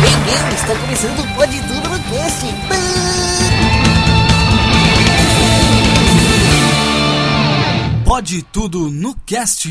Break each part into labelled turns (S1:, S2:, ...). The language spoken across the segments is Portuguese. S1: Meu, está tá começando o Pode Tudo no Cast.
S2: Pode tudo no cast.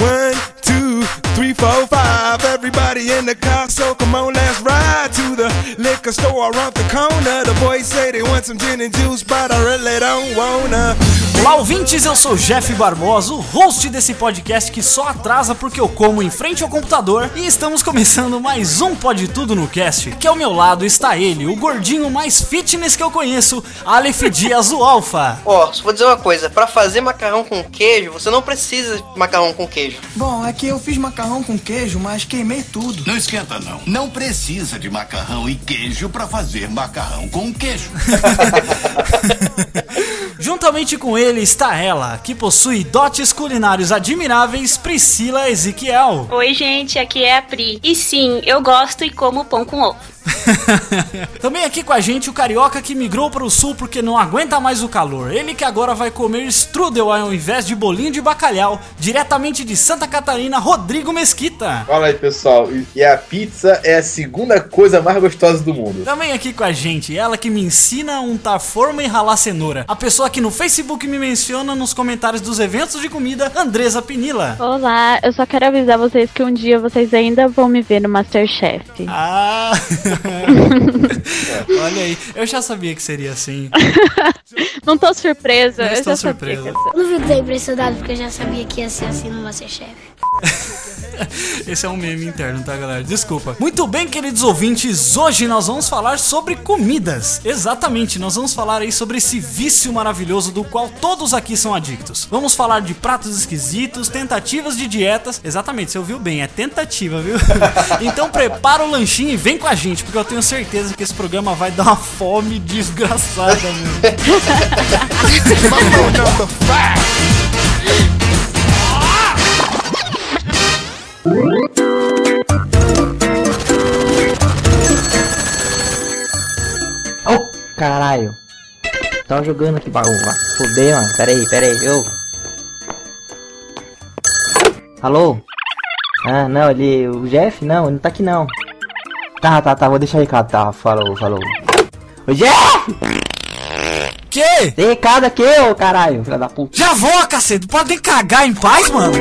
S3: One, two, three, four, five. Everybody in the car, so come on, let's ride to the liquor store around the corner. The boys say they want some gin and juice, but I really don't wanna.
S2: Olá, ouvintes, eu sou Jeff Barbosa, o host desse podcast que só atrasa porque eu como em frente ao computador. E estamos começando mais um Pode Tudo no Cast, que ao meu lado está ele, o gordinho mais fitness que eu conheço, Aleph Dias, o Alfa.
S4: Ó, só vou dizer uma coisa, pra fazer macarrão com queijo, você não precisa de macarrão com queijo.
S5: Bom, é que eu fiz macarrão com queijo, mas queimei tudo.
S6: Não esquenta, não. Não precisa de macarrão e queijo para fazer macarrão com queijo.
S2: Juntamente com ele está ela, que possui dotes culinários admiráveis, Priscila Ezequiel.
S7: Oi, gente, aqui é a Pri. E sim, eu gosto e como pão com ovo.
S2: Também aqui com a gente o carioca que migrou para o sul porque não aguenta mais o calor. Ele que agora vai comer strudel ao invés de bolinho de bacalhau, diretamente de Santa Catarina, Rodrigo Mesquita.
S8: Fala aí, pessoal. E- E a pizza é a segunda coisa mais gostosa do mundo.
S2: Também aqui com a gente, ela que me ensina a untar forma e ralar cenoura. A pessoa que no Facebook me menciona nos comentários dos eventos de comida, Andresa Pinila.
S7: Olá, eu só quero avisar vocês que um dia vocês ainda vão me ver no Masterchef.
S2: Ah! Olha aí, eu já sabia que seria assim.
S7: Não tô surpresa,
S2: Não
S7: eu
S2: estou
S7: já sabia
S2: surpresa.
S7: que ia ser.
S1: Não fiquei impressionado porque eu já sabia que ia ser assim no Masterchef.
S2: Esse é um meme interno, tá, galera? Desculpa. Muito bem, queridos ouvintes, hoje nós vamos falar sobre comidas. Exatamente, nós vamos falar aí sobre esse vício maravilhoso do qual todos aqui são adictos. Vamos falar de pratos esquisitos, tentativas de dietas. Exatamente, você ouviu bem, é tentativa, viu? então prepara o lanchinho e vem com a gente, porque eu tenho certeza que esse programa vai dar uma fome desgraçada, mano.
S3: Mambo number five.
S5: Caralho. Tão jogando aqui, baú. Fudeu, mano. Pera aí, pera aí. Eu. Alô? Ah, não, ele. O Jeff? Não, ele não tá aqui não. Tá, tá, tá. Vou deixar recado, tá. Falou, falou. O Jeff!
S2: Que?
S5: Tem recado aqui, ô caralho. Filha da puta.
S2: Já vou, cacete, podem cagar em paz, mano.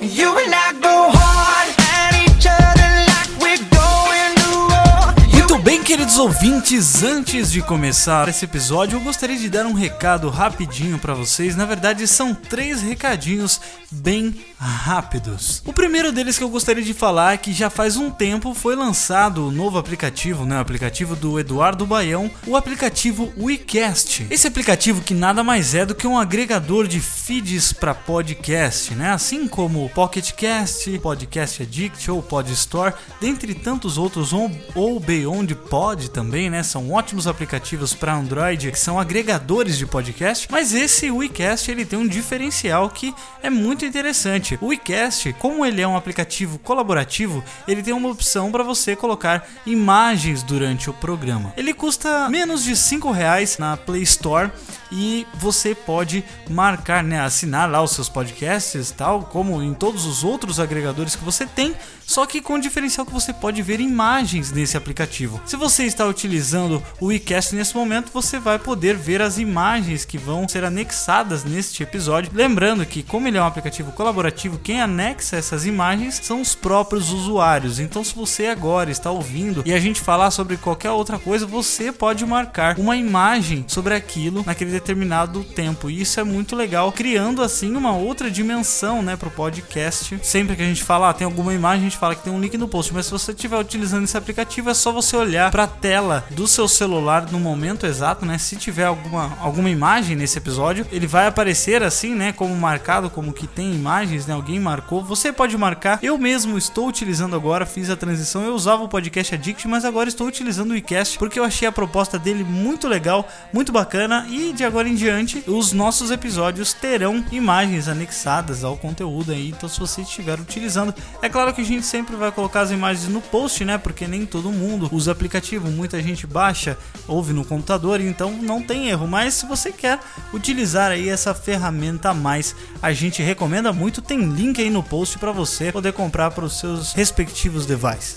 S3: You and I go hard at each other like we're going to war.
S2: Muito bem, queridos ouvintes, antes de começar esse episódio, eu gostaria de dar um recado rapidinho pra vocês. Na verdade, são três recadinhos bem rápidos. O primeiro deles que eu gostaria de falar é que já faz um tempo foi lançado o novo aplicativo, né, o aplicativo do Eduardo Baião, o aplicativo WeCast. Esse aplicativo que nada mais é do que um agregador de feeds pra podcast, né? Assim como o Pocket Cast, Podcast Addict ou Pod Store, dentre tantos outros, ou ou Beyond Pod também, né? São ótimos aplicativos para Android que são agregadores de podcast, mas esse WeCast ele tem um diferencial que é muito interessante. O WeCast, como ele é um aplicativo colaborativo, ele tem uma opção para você colocar imagens durante o programa. Ele custa menos de 5 reais na Play Store e você pode marcar, né, assinar lá os seus podcasts, tal, como em todos os outros agregadores que você tem, só que com o diferencial que você pode ver imagens nesse aplicativo. Se você está utilizando o WeCast nesse momento, você vai poder ver as imagens que vão ser anexadas neste episódio. Lembrando que, como ele é um aplicativo colaborativo, quem anexa essas imagens são os próprios usuários. Então, se você agora está ouvindo e a gente falar sobre qualquer outra coisa, você pode marcar uma imagem sobre aquilo naquele determinado tempo. E isso é muito legal, criando assim uma outra dimensão, né, pro podcast. Sempre que a gente fala, ah, tem alguma imagem, a gente fala que tem um link no post, mas se você estiver utilizando esse aplicativo, é só você olhar para a tela do seu celular no momento exato, né? Se tiver alguma, alguma imagem nesse episódio, ele vai aparecer assim, né, como marcado, como que tem imagens, né? Alguém marcou. Você pode marcar. Eu mesmo estou utilizando agora, fiz a transição. Eu usava o podcast Addict, mas agora estou utilizando o iCast porque eu achei a proposta dele muito legal, muito bacana e de agora em diante os nossos episódios terão imagens anexadas ao conteúdo aí. Então se você estiver utilizando, é claro que a gente sempre vai colocar as imagens no post, né? Porque nem todo mundo usa aplicativo, muita gente baixa, ouve no computador, então não tem erro. Mas se você quer utilizar aí essa ferramenta a mais, a gente recomenda muito. Tem link aí no post para você poder comprar para os seus respectivos devices.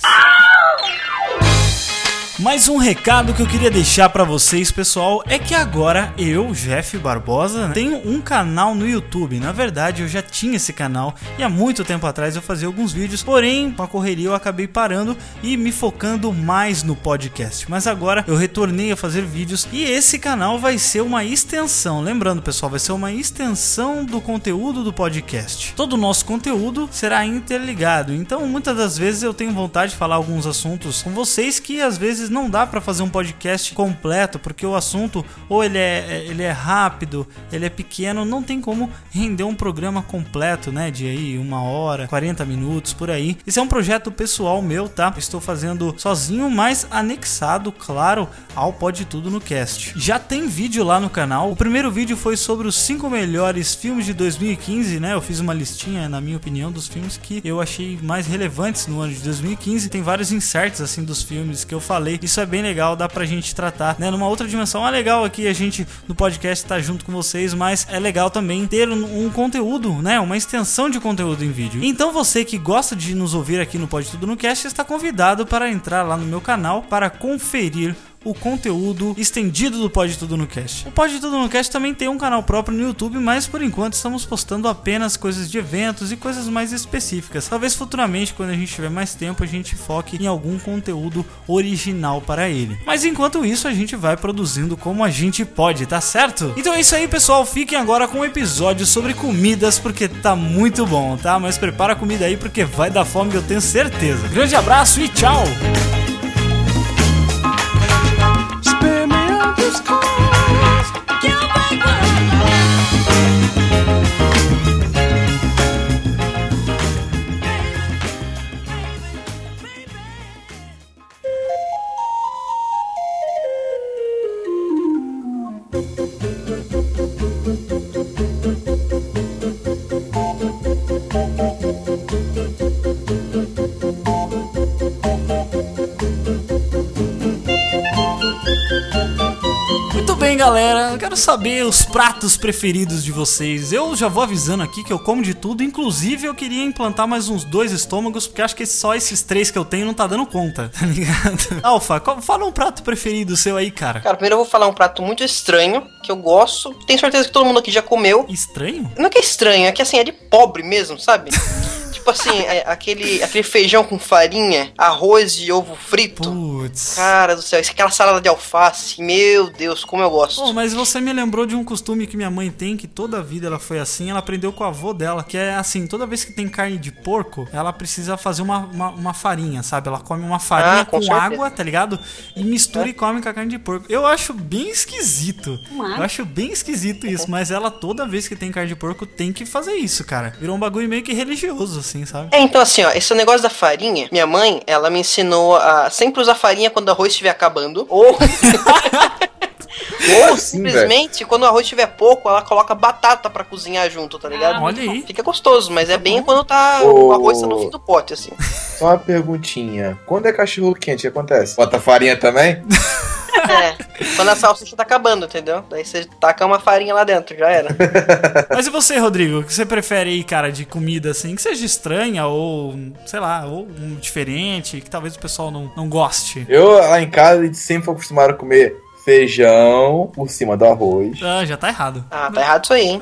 S2: Mais um recado que eu queria deixar pra vocês, pessoal, é que agora eu, Jeff Barbosa, tenho um canal no YouTube. Na verdade, eu já tinha esse canal e há muito tempo atrás eu fazia alguns vídeos, porém, com a correria eu acabei parando e me focando mais no podcast. Mas agora eu retornei a fazer vídeos e esse canal vai ser uma extensão. Lembrando, pessoal, vai ser uma extensão do conteúdo do podcast. Todo o nosso conteúdo será interligado. Então, muitas das vezes eu tenho vontade de falar alguns assuntos com vocês que às vezes não dá para fazer um podcast completo, porque o assunto ou ele é, ele é rápido, ele é pequeno, não tem como render um programa completo, né? De aí uma hora, 40 minutos, por aí. Esse é um projeto pessoal meu, tá? Estou fazendo sozinho, mas anexado, claro, ao Pode Tudo no Cast. Já tem vídeo lá no canal. O primeiro vídeo foi sobre os cinco melhores filmes de 2015, né? Eu fiz uma listinha, na minha opinião, dos filmes que eu achei mais relevantes no ano de 2015. Tem vários inserts, assim, dos filmes que eu falei isso é bem legal, dá pra gente tratar, né? Numa outra dimensão, é legal aqui a gente no podcast estar tá junto com vocês, mas é legal também ter um, um conteúdo, né? Uma extensão de conteúdo em vídeo. Então você que gosta de nos ouvir aqui no Pode Tudo no Cast está convidado para entrar lá no meu canal para conferir o conteúdo estendido do Pode Tudo no Cast. O Pode Tudo no Cast também tem um canal próprio no YouTube, mas por enquanto estamos postando apenas coisas de eventos e coisas mais específicas. Talvez futuramente, quando a gente tiver mais tempo, a gente foque em algum conteúdo original para ele. Mas enquanto isso, a gente vai produzindo como a gente pode, tá certo? Então é isso aí, pessoal. Fiquem agora com o um episódio sobre comidas, porque tá muito bom, tá? Mas prepara a comida aí, porque vai dar fome, eu tenho certeza. Grande abraço e tchau! bem, galera? Eu quero saber os pratos preferidos de vocês. Eu já vou avisando aqui que eu como de tudo. Inclusive, eu queria implantar mais uns dois estômagos, porque acho que só esses três que eu tenho não tá dando conta, tá ligado? Alfa, qual, fala um prato preferido seu aí, cara.
S4: Cara, primeiro eu vou falar um prato muito estranho, que eu gosto. Tenho certeza que todo mundo aqui já comeu.
S2: Estranho?
S4: Não é que é estranho, é que assim, é de pobre mesmo, sabe? tipo assim, é, aquele, aquele feijão com farinha, arroz e ovo frito.
S2: Putz.
S4: Cara do céu, isso é aquela salada de alface, meu Deus, como eu gosto.
S2: Pô, mas você me lembrou de um costume que minha mãe tem, que toda a vida ela foi assim, ela aprendeu com a avó dela, que é assim, toda vez que tem carne de porco, ela precisa fazer uma, uma, uma farinha, sabe? Ela come uma farinha
S4: Ah, com
S2: com,
S4: certeza. É.
S2: água, tá ligado? E mistura e come com a carne de porco. Eu acho bem esquisito. Eu acho bem esquisito isso, mas ela toda vez que tem carne de porco tem que fazer isso, cara. Virou um bagulho meio que religioso, assim, sabe?
S4: É, então assim, ó, esse negócio da farinha, minha mãe, ela me ensinou a sempre usar farinha quando o arroz estiver acabando. Ou,
S8: Ou sim, velho.
S4: simplesmente, quando o arroz estiver pouco, ela coloca batata pra cozinhar junto, tá ligado?
S2: Ah, Olha aí.
S4: Fica gostoso, mas é bem quando tá
S8: Ô.
S4: o arroz tá no fim do pote, assim.
S8: Só uma perguntinha. Quando é cachorro quente, o que acontece? Bota farinha também?
S4: É, quando a salsicha tá acabando, entendeu? Daí você taca uma farinha lá dentro, já era.
S2: Mas e você, Rodrigo? O que você prefere aí, cara, de comida assim? Que seja estranha ou, sei lá, ou um diferente, que talvez o pessoal não, não goste.
S8: Eu, lá em casa, eles sempre foram acostumados a comer feijão por cima do arroz.
S2: Ah, já tá errado.
S4: Ah, tá errado isso aí, hein?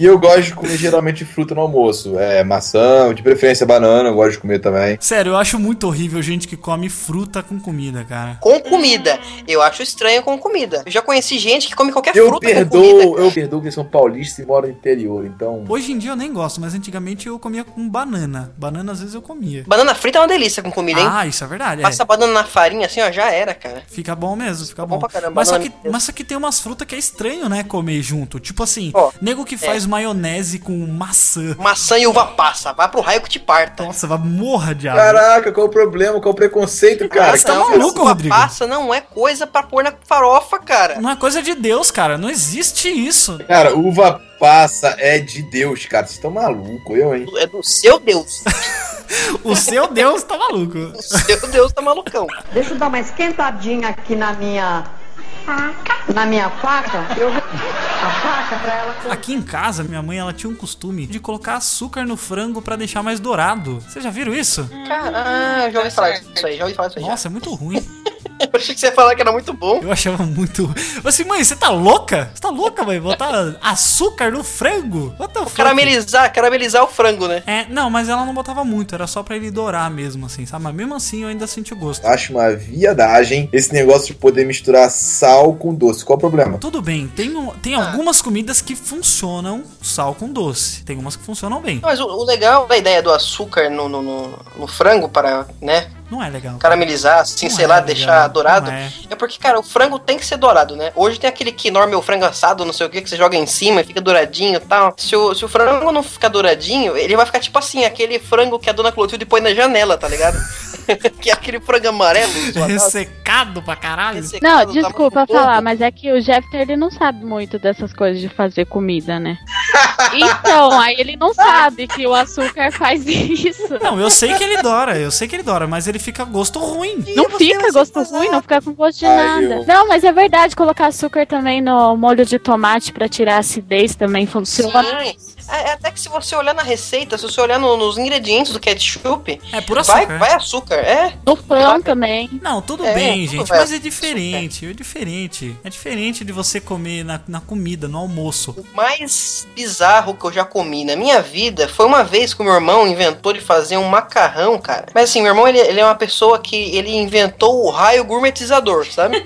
S8: E eu gosto de comer geralmente fruta no almoço. É, maçã, de preferência banana, eu gosto de comer também.
S2: Sério, eu acho muito horrível gente que come fruta com comida, cara.
S4: Com comida. Eu acho estranho com comida. Eu já conheci gente que come qualquer
S8: Eu
S4: É fruta com comida.
S8: perdoo, eu perdoo que são paulistas e moram no interior, então.
S2: Hoje em dia eu nem gosto, mas antigamente eu comia com banana. Banana às vezes eu comia.
S4: Banana frita é uma delícia com comida, hein?
S2: Ah, isso é verdade. é.
S4: Passa a banana na farinha assim, ó, já era, cara.
S2: Fica bom mesmo, fica
S4: bom
S2: bom.
S4: pra caramba, né?
S2: mas, só
S4: banana
S2: que,
S4: mesmo.
S2: mas só que tem umas frutas que é estranho, né? Comer junto. Tipo assim,
S4: Ó, é.
S2: nego que faz maionese com maçã.
S4: Maçã e uva passa. Vai pro raio que te parta.
S2: Nossa, vai morra de água.
S8: Caraca, qual o problema? Qual o preconceito, cara?
S2: você tá
S4: Não,
S2: maluco,
S4: uva
S2: Rodrigo?
S4: passa não é coisa pra pôr na farofa, cara.
S2: Não é coisa de Deus, cara. Não existe isso.
S8: Cara, uva passa é de Deus, cara. Vocês estão malucos, eu, hein?
S4: É do seu Deus.
S2: O seu Deus tá maluco.
S4: O seu Deus tá malucão.
S9: Deixa eu dar uma esquentadinha aqui na minha. Na minha faca. Eu vou. A faca pra ela.
S2: Aqui em casa, minha mãe ela tinha um costume de colocar açúcar no frango pra deixar mais dourado. Vocês já viram isso?
S4: Caralho, já ouvi falar disso aí, já ouvi falar disso aí.
S2: Hum. Nossa, é muito ruim.
S4: Eu achei que você ia falar que era muito bom.
S2: Eu achava muito. Eu assim, mãe, você tá louca? Você tá louca, mãe? Botar açúcar no frango? What the fuck?
S4: Caramelizar, caramelizar o frango, né?
S2: É, não, mas ela não botava muito, era só pra ele dourar mesmo, assim, sabe? Mas mesmo assim eu ainda senti o gosto.
S8: Acho uma viadagem esse negócio de poder misturar sal com doce. Qual o problema?
S2: Tudo bem, tem, um- tem algumas comidas que funcionam sal com doce. Tem umas que funcionam bem.
S4: Mas o, o legal da ideia do açúcar no, no, no, no frango para, né,
S2: Não é legal.
S4: caramelizar, assim,
S2: Não
S4: sei
S2: é
S4: lá,
S2: legal,
S4: deixar dourado,
S2: não é.
S4: é. porque, cara, o frango tem que ser dourado, né? Hoje tem aquele que norma o frango assado, não sei o que, que você joga em cima e fica douradinho e tal. Se o, se o frango não ficar douradinho, ele vai ficar tipo assim, aquele frango que a dona Clotilde põe na janela, tá ligado? que é aquele frango amarelo. sua tal,
S2: Ressecado pra caralho.
S4: ressecado,
S7: Não,
S4: tá
S7: desculpa
S4: maluco.
S7: falar, mas é que o Jeffter ele não sabe muito dessas coisas de fazer comida, né? Então, aí ele não sabe que o açúcar faz isso.
S2: Não, eu sei que ele dora, eu sei que ele dora, mas ele fica gosto ruim.
S7: Não fica gosto ruim, não fica com gosto de
S8: Ai,
S7: nada.
S8: eu-
S7: Não, mas é verdade, colocar açúcar também no molho de tomate pra tirar a acidez também funciona.
S4: Sim. É, é até que se você olhar na receita, se você olhar no- nos ingredientes do ketchup,
S2: É por açúcar.
S4: vai, vai açúcar, é.
S7: No pão também.
S2: Não, tudo
S4: É,
S2: bem,
S4: tudo
S2: gente,
S4: bem.
S2: mas é diferente, é diferente. É diferente de você comer na, na comida, no almoço.
S4: O mais bizarro que eu já comi na minha vida foi uma vez que o meu irmão inventou de fazer um macarrão, cara. Mas assim, meu irmão, ele, ele é uma pessoa que ele inventou o raio gourmetizador, sabe?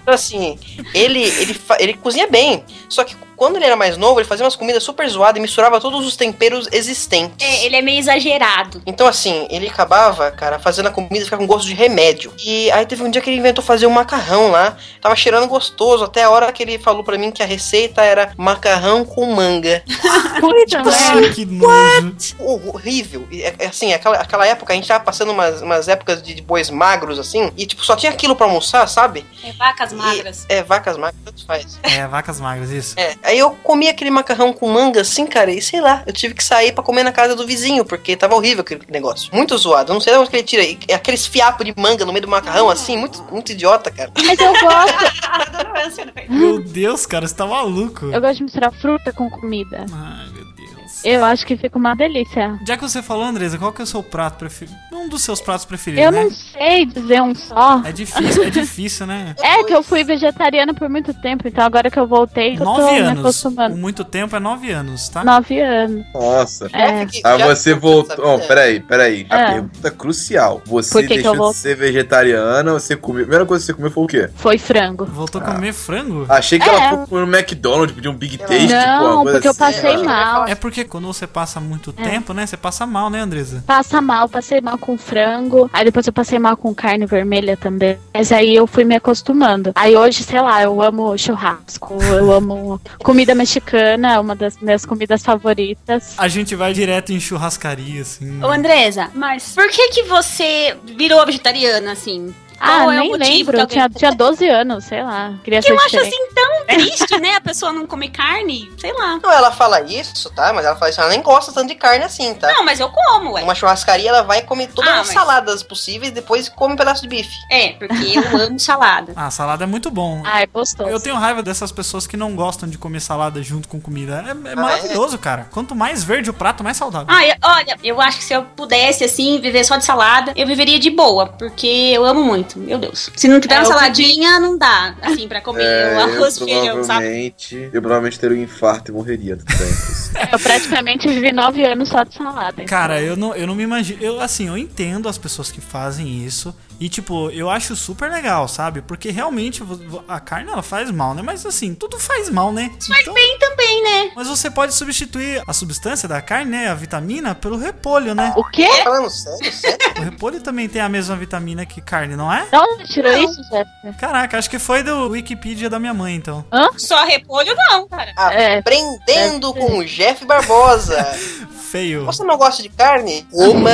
S4: então assim, ele, ele, fa- ele cozinha bem. Só que quando ele era mais novo, ele fazia umas comidas super zoadas e misturava todos os temperos existentes.
S10: É, ele é meio exagerado.
S4: Então, assim, ele acabava, cara, fazendo a comida ficar com gosto de remédio. E aí teve um dia que ele inventou fazer um macarrão lá. Tava cheirando gostoso, até a hora que ele falou pra mim que a receita era macarrão com manga.
S7: Puta
S2: Tipo
S7: merda.
S2: que nojo.
S4: Hor- Horrível. E, é- é assim, aquela, aquela época, a gente tava passando umas, umas épocas de bois magros, assim, e tipo, só tinha aquilo pra almoçar, sabe?
S10: É vacas
S4: E-
S10: magras.
S4: é, vacas magras, tanto faz.
S2: É, vacas magras, isso.
S4: É, aí eu comi aquele macarrão com manga assim, cara, e sei lá, eu tive que sair pra comer na casa do vizinho, porque tava horrível aquele negócio. Muito zoado, eu não sei de onde que ele tira, e aqueles fiapos de manga no meio do macarrão, assim, muito, muito idiota, cara.
S7: Mas eu gosto,
S2: Meu Deus, cara, você tá maluco.
S7: É. eu gosto de misturar fruta com comida.
S2: Ai, meu Deus.
S7: Eu acho que fica uma delícia.
S2: Já que você falou, Andresa, qual que é o seu prato preferido? Um dos seus pratos preferidos,
S7: Eu
S2: né?
S7: não sei dizer um só.
S2: É difícil, é difícil, né?
S7: É que eu fui vegetariana por muito tempo, então agora que eu voltei, eu tô
S2: Nove
S7: me
S2: anos.
S7: acostumando.
S2: Muito tempo é nove anos, tá?
S7: Nove anos.
S8: Nossa.
S7: É.
S4: Fiquei-
S8: Ah,
S4: já-
S8: você voltou.
S4: É.
S8: Oh, peraí, peraí. A
S7: Ah.
S8: pergunta crucial. Você
S7: Por que que eu
S8: deixou
S7: vou-
S8: de ser vegetariana, você comeu. A primeira coisa que você comeu foi o quê?
S7: Foi frango.
S2: Voltou a comer frango?
S8: Achei que
S7: É.
S8: ela foi comer no McDonald's, pedir um Big Taste, pô,
S7: Não,
S8: uma coisa
S7: porque eu
S8: assim,
S7: passei
S8: cara.
S7: mal.
S2: É porque quando você passa muito
S7: É.
S2: tempo, né? Você passa mal, né, Andresa?
S7: Passa mal, passei mal com frango. Aí depois eu passei mal com carne vermelha também. Mas aí eu fui me acostumando. Aí hoje, sei lá, eu amo churrasco, eu amo comida mexicana, uma das minhas comidas favoritas.
S2: A gente vai direto em churrascaria, assim.
S10: Ô, Andresa, mas por que que você virou vegetariana, assim?
S7: Ah,
S10: Qual é o
S7: nem
S10: motivo
S7: lembro,
S10: que
S7: eu
S10: alguém-
S7: tinha, tinha 12 anos, sei lá. Queria
S10: Que
S7: ser
S10: eu acho
S9: é
S7: diferente.
S10: assim tão tão triste, né? A pessoa não comer carne, sei lá.
S4: Não, ela fala isso, tá? Mas ela fala isso, ela nem gosta tanto de carne assim, tá?
S10: Não, mas eu como, ué.
S4: Uma churrascaria, ela vai comer todas
S10: Ah,
S4: as
S10: mas-
S4: saladas possíveis e depois come um pedaço de bife.
S10: É, porque eu amo salada.
S2: Ah, salada é muito bom.
S7: Ah, é gostoso.
S2: Eu tenho raiva dessas pessoas que não gostam de comer salada junto com comida. É,
S7: Ah,
S2: é
S10: é?
S2: maravilhoso, cara. Quanto mais verde o prato, mais saudável.
S10: Ah, eu- olha, eu acho que se eu pudesse, assim, viver só de salada, eu viveria de boa, porque eu amo muito, meu Deus. Se não tiver
S7: É,
S10: uma
S7: eu-
S10: saladinha, não dá, assim, pra comer
S8: É,
S10: o arroz,
S8: eu
S10: feijão, sabe?
S8: provavelmente, eu provavelmente teria um infarto e morreria do tempo.
S7: Eu praticamente vivi nove anos só de salada. então.
S2: Cara, eu não, eu não me imagino. Eu, assim, eu entendo as pessoas que fazem isso. E, tipo, eu acho super legal, sabe? Porque realmente vo- vo- a carne ela faz mal, né? Mas, assim, tudo faz mal, né?
S10: Mas bem também, né?
S2: Mas você pode substituir a substância da carne, né? A vitamina, pelo repolho, né?
S7: O quê?
S4: Tá falando sério, sério?
S2: O repolho também tem a mesma vitamina que carne, não é?
S7: Não, tirou isso, Jéssica?
S2: Caraca, acho que foi do Wikipedia da minha mãe, então.
S7: Hã?
S10: Só repolho não, cara.
S4: Aprendendo
S7: É.
S4: com o Jeff Barbosa.
S2: Feio.
S4: Você não gosta de carne? Coma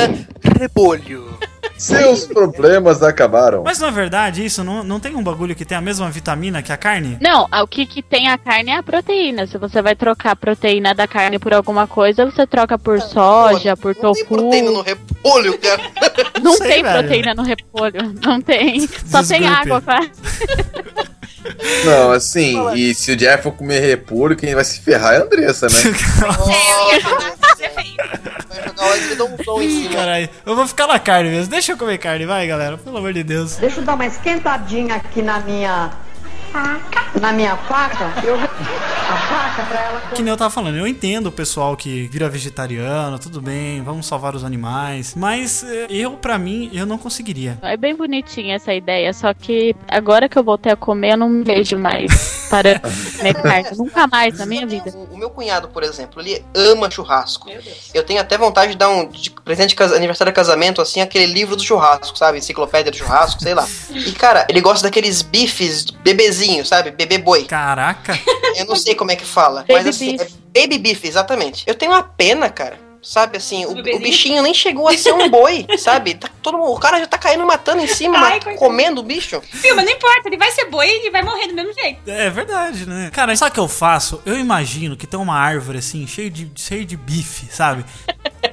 S4: repolho.
S8: Seus problemas acabaram.
S2: Mas na verdade, isso não, não tem um bagulho que tem a mesma vitamina que a carne?
S7: Não, ah, o que, que tem a carne é a proteína. Se você vai trocar a proteína da carne por alguma coisa, você troca por soja, por tofu.
S4: Proteína no repolho, cara.
S7: Não
S2: Sei,
S7: tem
S2: velho.
S7: proteína no repolho. Não tem. Só tem
S2: Desgrupe.
S7: água, quase.
S8: Não, assim, e se o Jeff for comer repolho, quem vai se ferrar é a Andressa, né?
S10: É, eu ia falar, você é feio.
S4: Na hora que dá um som em
S2: Ih,
S4: cima.
S2: Caralho, eu vou ficar na carne mesmo. Deixa eu comer carne, vai, galera. Pelo amor de Deus.
S9: Deixa eu dar uma esquentadinha aqui na minha. Na minha faca. Eu, a faca pra ela.
S2: Que nem eu tava falando, eu entendo o pessoal que vira vegetariano, tudo bem, vamos salvar os animais. Mas eh, eu, pra mim, eu não conseguiria.
S7: É bem bonitinha essa ideia, só que agora que eu voltei a comer, eu não me vejo mais para comer É carne. Nunca mais na minha vida.
S4: O meu cunhado, por exemplo, ele ama churrasco. Eu tenho até vontade de dar um de presente de casa- aniversário de casamento, assim, aquele livro do churrasco, sabe? Enciclopédia do churrasco, sei lá. E, cara, ele gosta daqueles bifes bebezinhos, sabe? Bebê boi.
S2: Caraca,
S4: Eu não sei como é que fala.
S7: Baby
S4: mas assim, é baby beef, exatamente. Eu tenho uma pena, cara. Sabe assim, o,
S10: bebezinho?
S4: o bichinho nem chegou a ser um boi, sabe? Tá todo, mundo- o cara já tá caindo matando em cima,
S10: Ai,
S4: mas
S10: coitado.
S4: comendo o bicho.
S10: Viu, mas não importa, ele vai ser boi e vai morrer do mesmo jeito.
S2: é verdade, né? Cara, sabe o que eu faço? Eu imagino que tem uma árvore assim, cheia de, cheia de bife, sabe?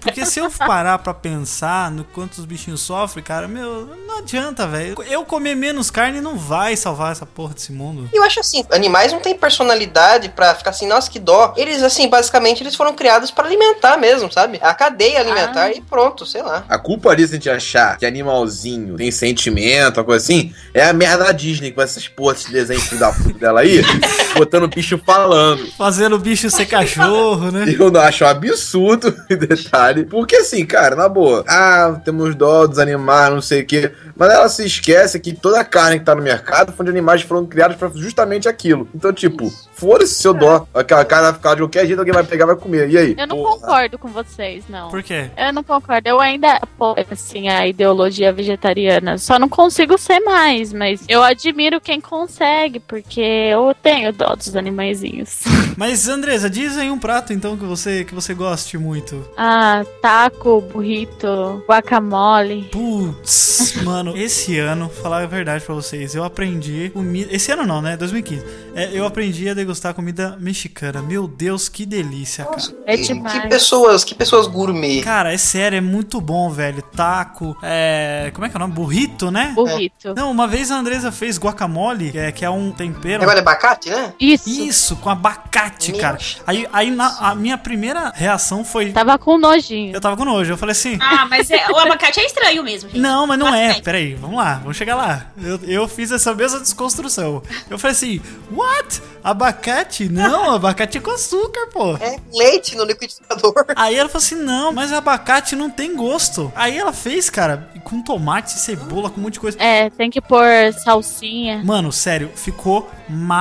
S2: Porque se eu parar pra pensar no quanto os bichinhos sofrem, cara, meu, não adianta, velho. Eu comer menos carne não vai salvar essa porra desse mundo.
S4: E eu acho assim, animais não têm personalidade pra ficar assim, nossa, que dó. Eles, assim, basicamente, eles foram criados pra alimentar mesmo, sabe? A cadeia alimentar e pronto, sei lá.
S8: A culpa disso de a gente achar que animalzinho tem sentimento, uma coisa assim, é a merda da Disney com essas porras de desenho filho da puta dela aí, botando bicho falando.
S2: Fazendo o bicho ser cachorro, né?
S8: Eu não acho um absurdo detalhe. Porque assim, cara, na boa. Ah, temos dó dos animais, não sei o quê. Mas ela se esquece que toda a carne que tá no mercado foi de animais que foram criados pra justamente aquilo. Então, tipo, foda-se seu dó. Aquela carne vai ficar de qualquer jeito, alguém vai pegar e vai comer. E aí?
S7: Eu não
S8: Porra.
S7: concordo com vocês, não.
S2: Por quê?
S7: Eu não concordo. Eu ainda apoio, assim, a ideologia vegetariana. Só não consigo ser mais, mas eu admiro quem consegue, porque eu tenho dó dos animaizinhos.
S2: Mas, Andresa, diz aí um prato então que você, que você goste muito.
S7: Ah, taco, burrito, guacamole.
S2: Putz, mano, esse ano, falar a verdade pra vocês, eu aprendi comida. Esse ano não, né? 2015. É, eu aprendi a degustar comida mexicana. Meu Deus, que delícia, cara.
S7: É
S4: E que
S7: demais.
S4: pessoas, que pessoas gourmet.
S2: Cara, é sério, é muito bom, velho. Taco, é. Como é que é o nome? Burrito, né?
S7: Burrito.
S2: Não, uma vez a Andresa fez guacamole, que é, que é um tempero.
S4: Negócio de abacate, né?
S7: Isso.
S2: Isso, com abacate,
S4: Meu
S2: cara. Aí, aí na- a minha primeira reação foi.
S7: Tava com nojinho.
S2: Eu tava com nojo, eu falei assim.
S10: Ah, mas é- o abacate é estranho mesmo, gente.
S2: Não, mas não
S10: Mas
S2: é.
S10: tem.
S2: Peraí, vamos lá, vamos chegar lá. Eu, eu fiz essa mesma desconstrução. Eu falei assim: What? Abacate? Não, abacate é com açúcar, pô.
S4: É leite no liquidificador.
S2: Aí ela falou assim: não, mas abacate não tem gosto. Aí ela fez, cara, com tomate, cebola, com um monte de coisa.
S7: É, tem que pôr
S10: É.
S7: salsinha.
S2: Mano, sério, ficou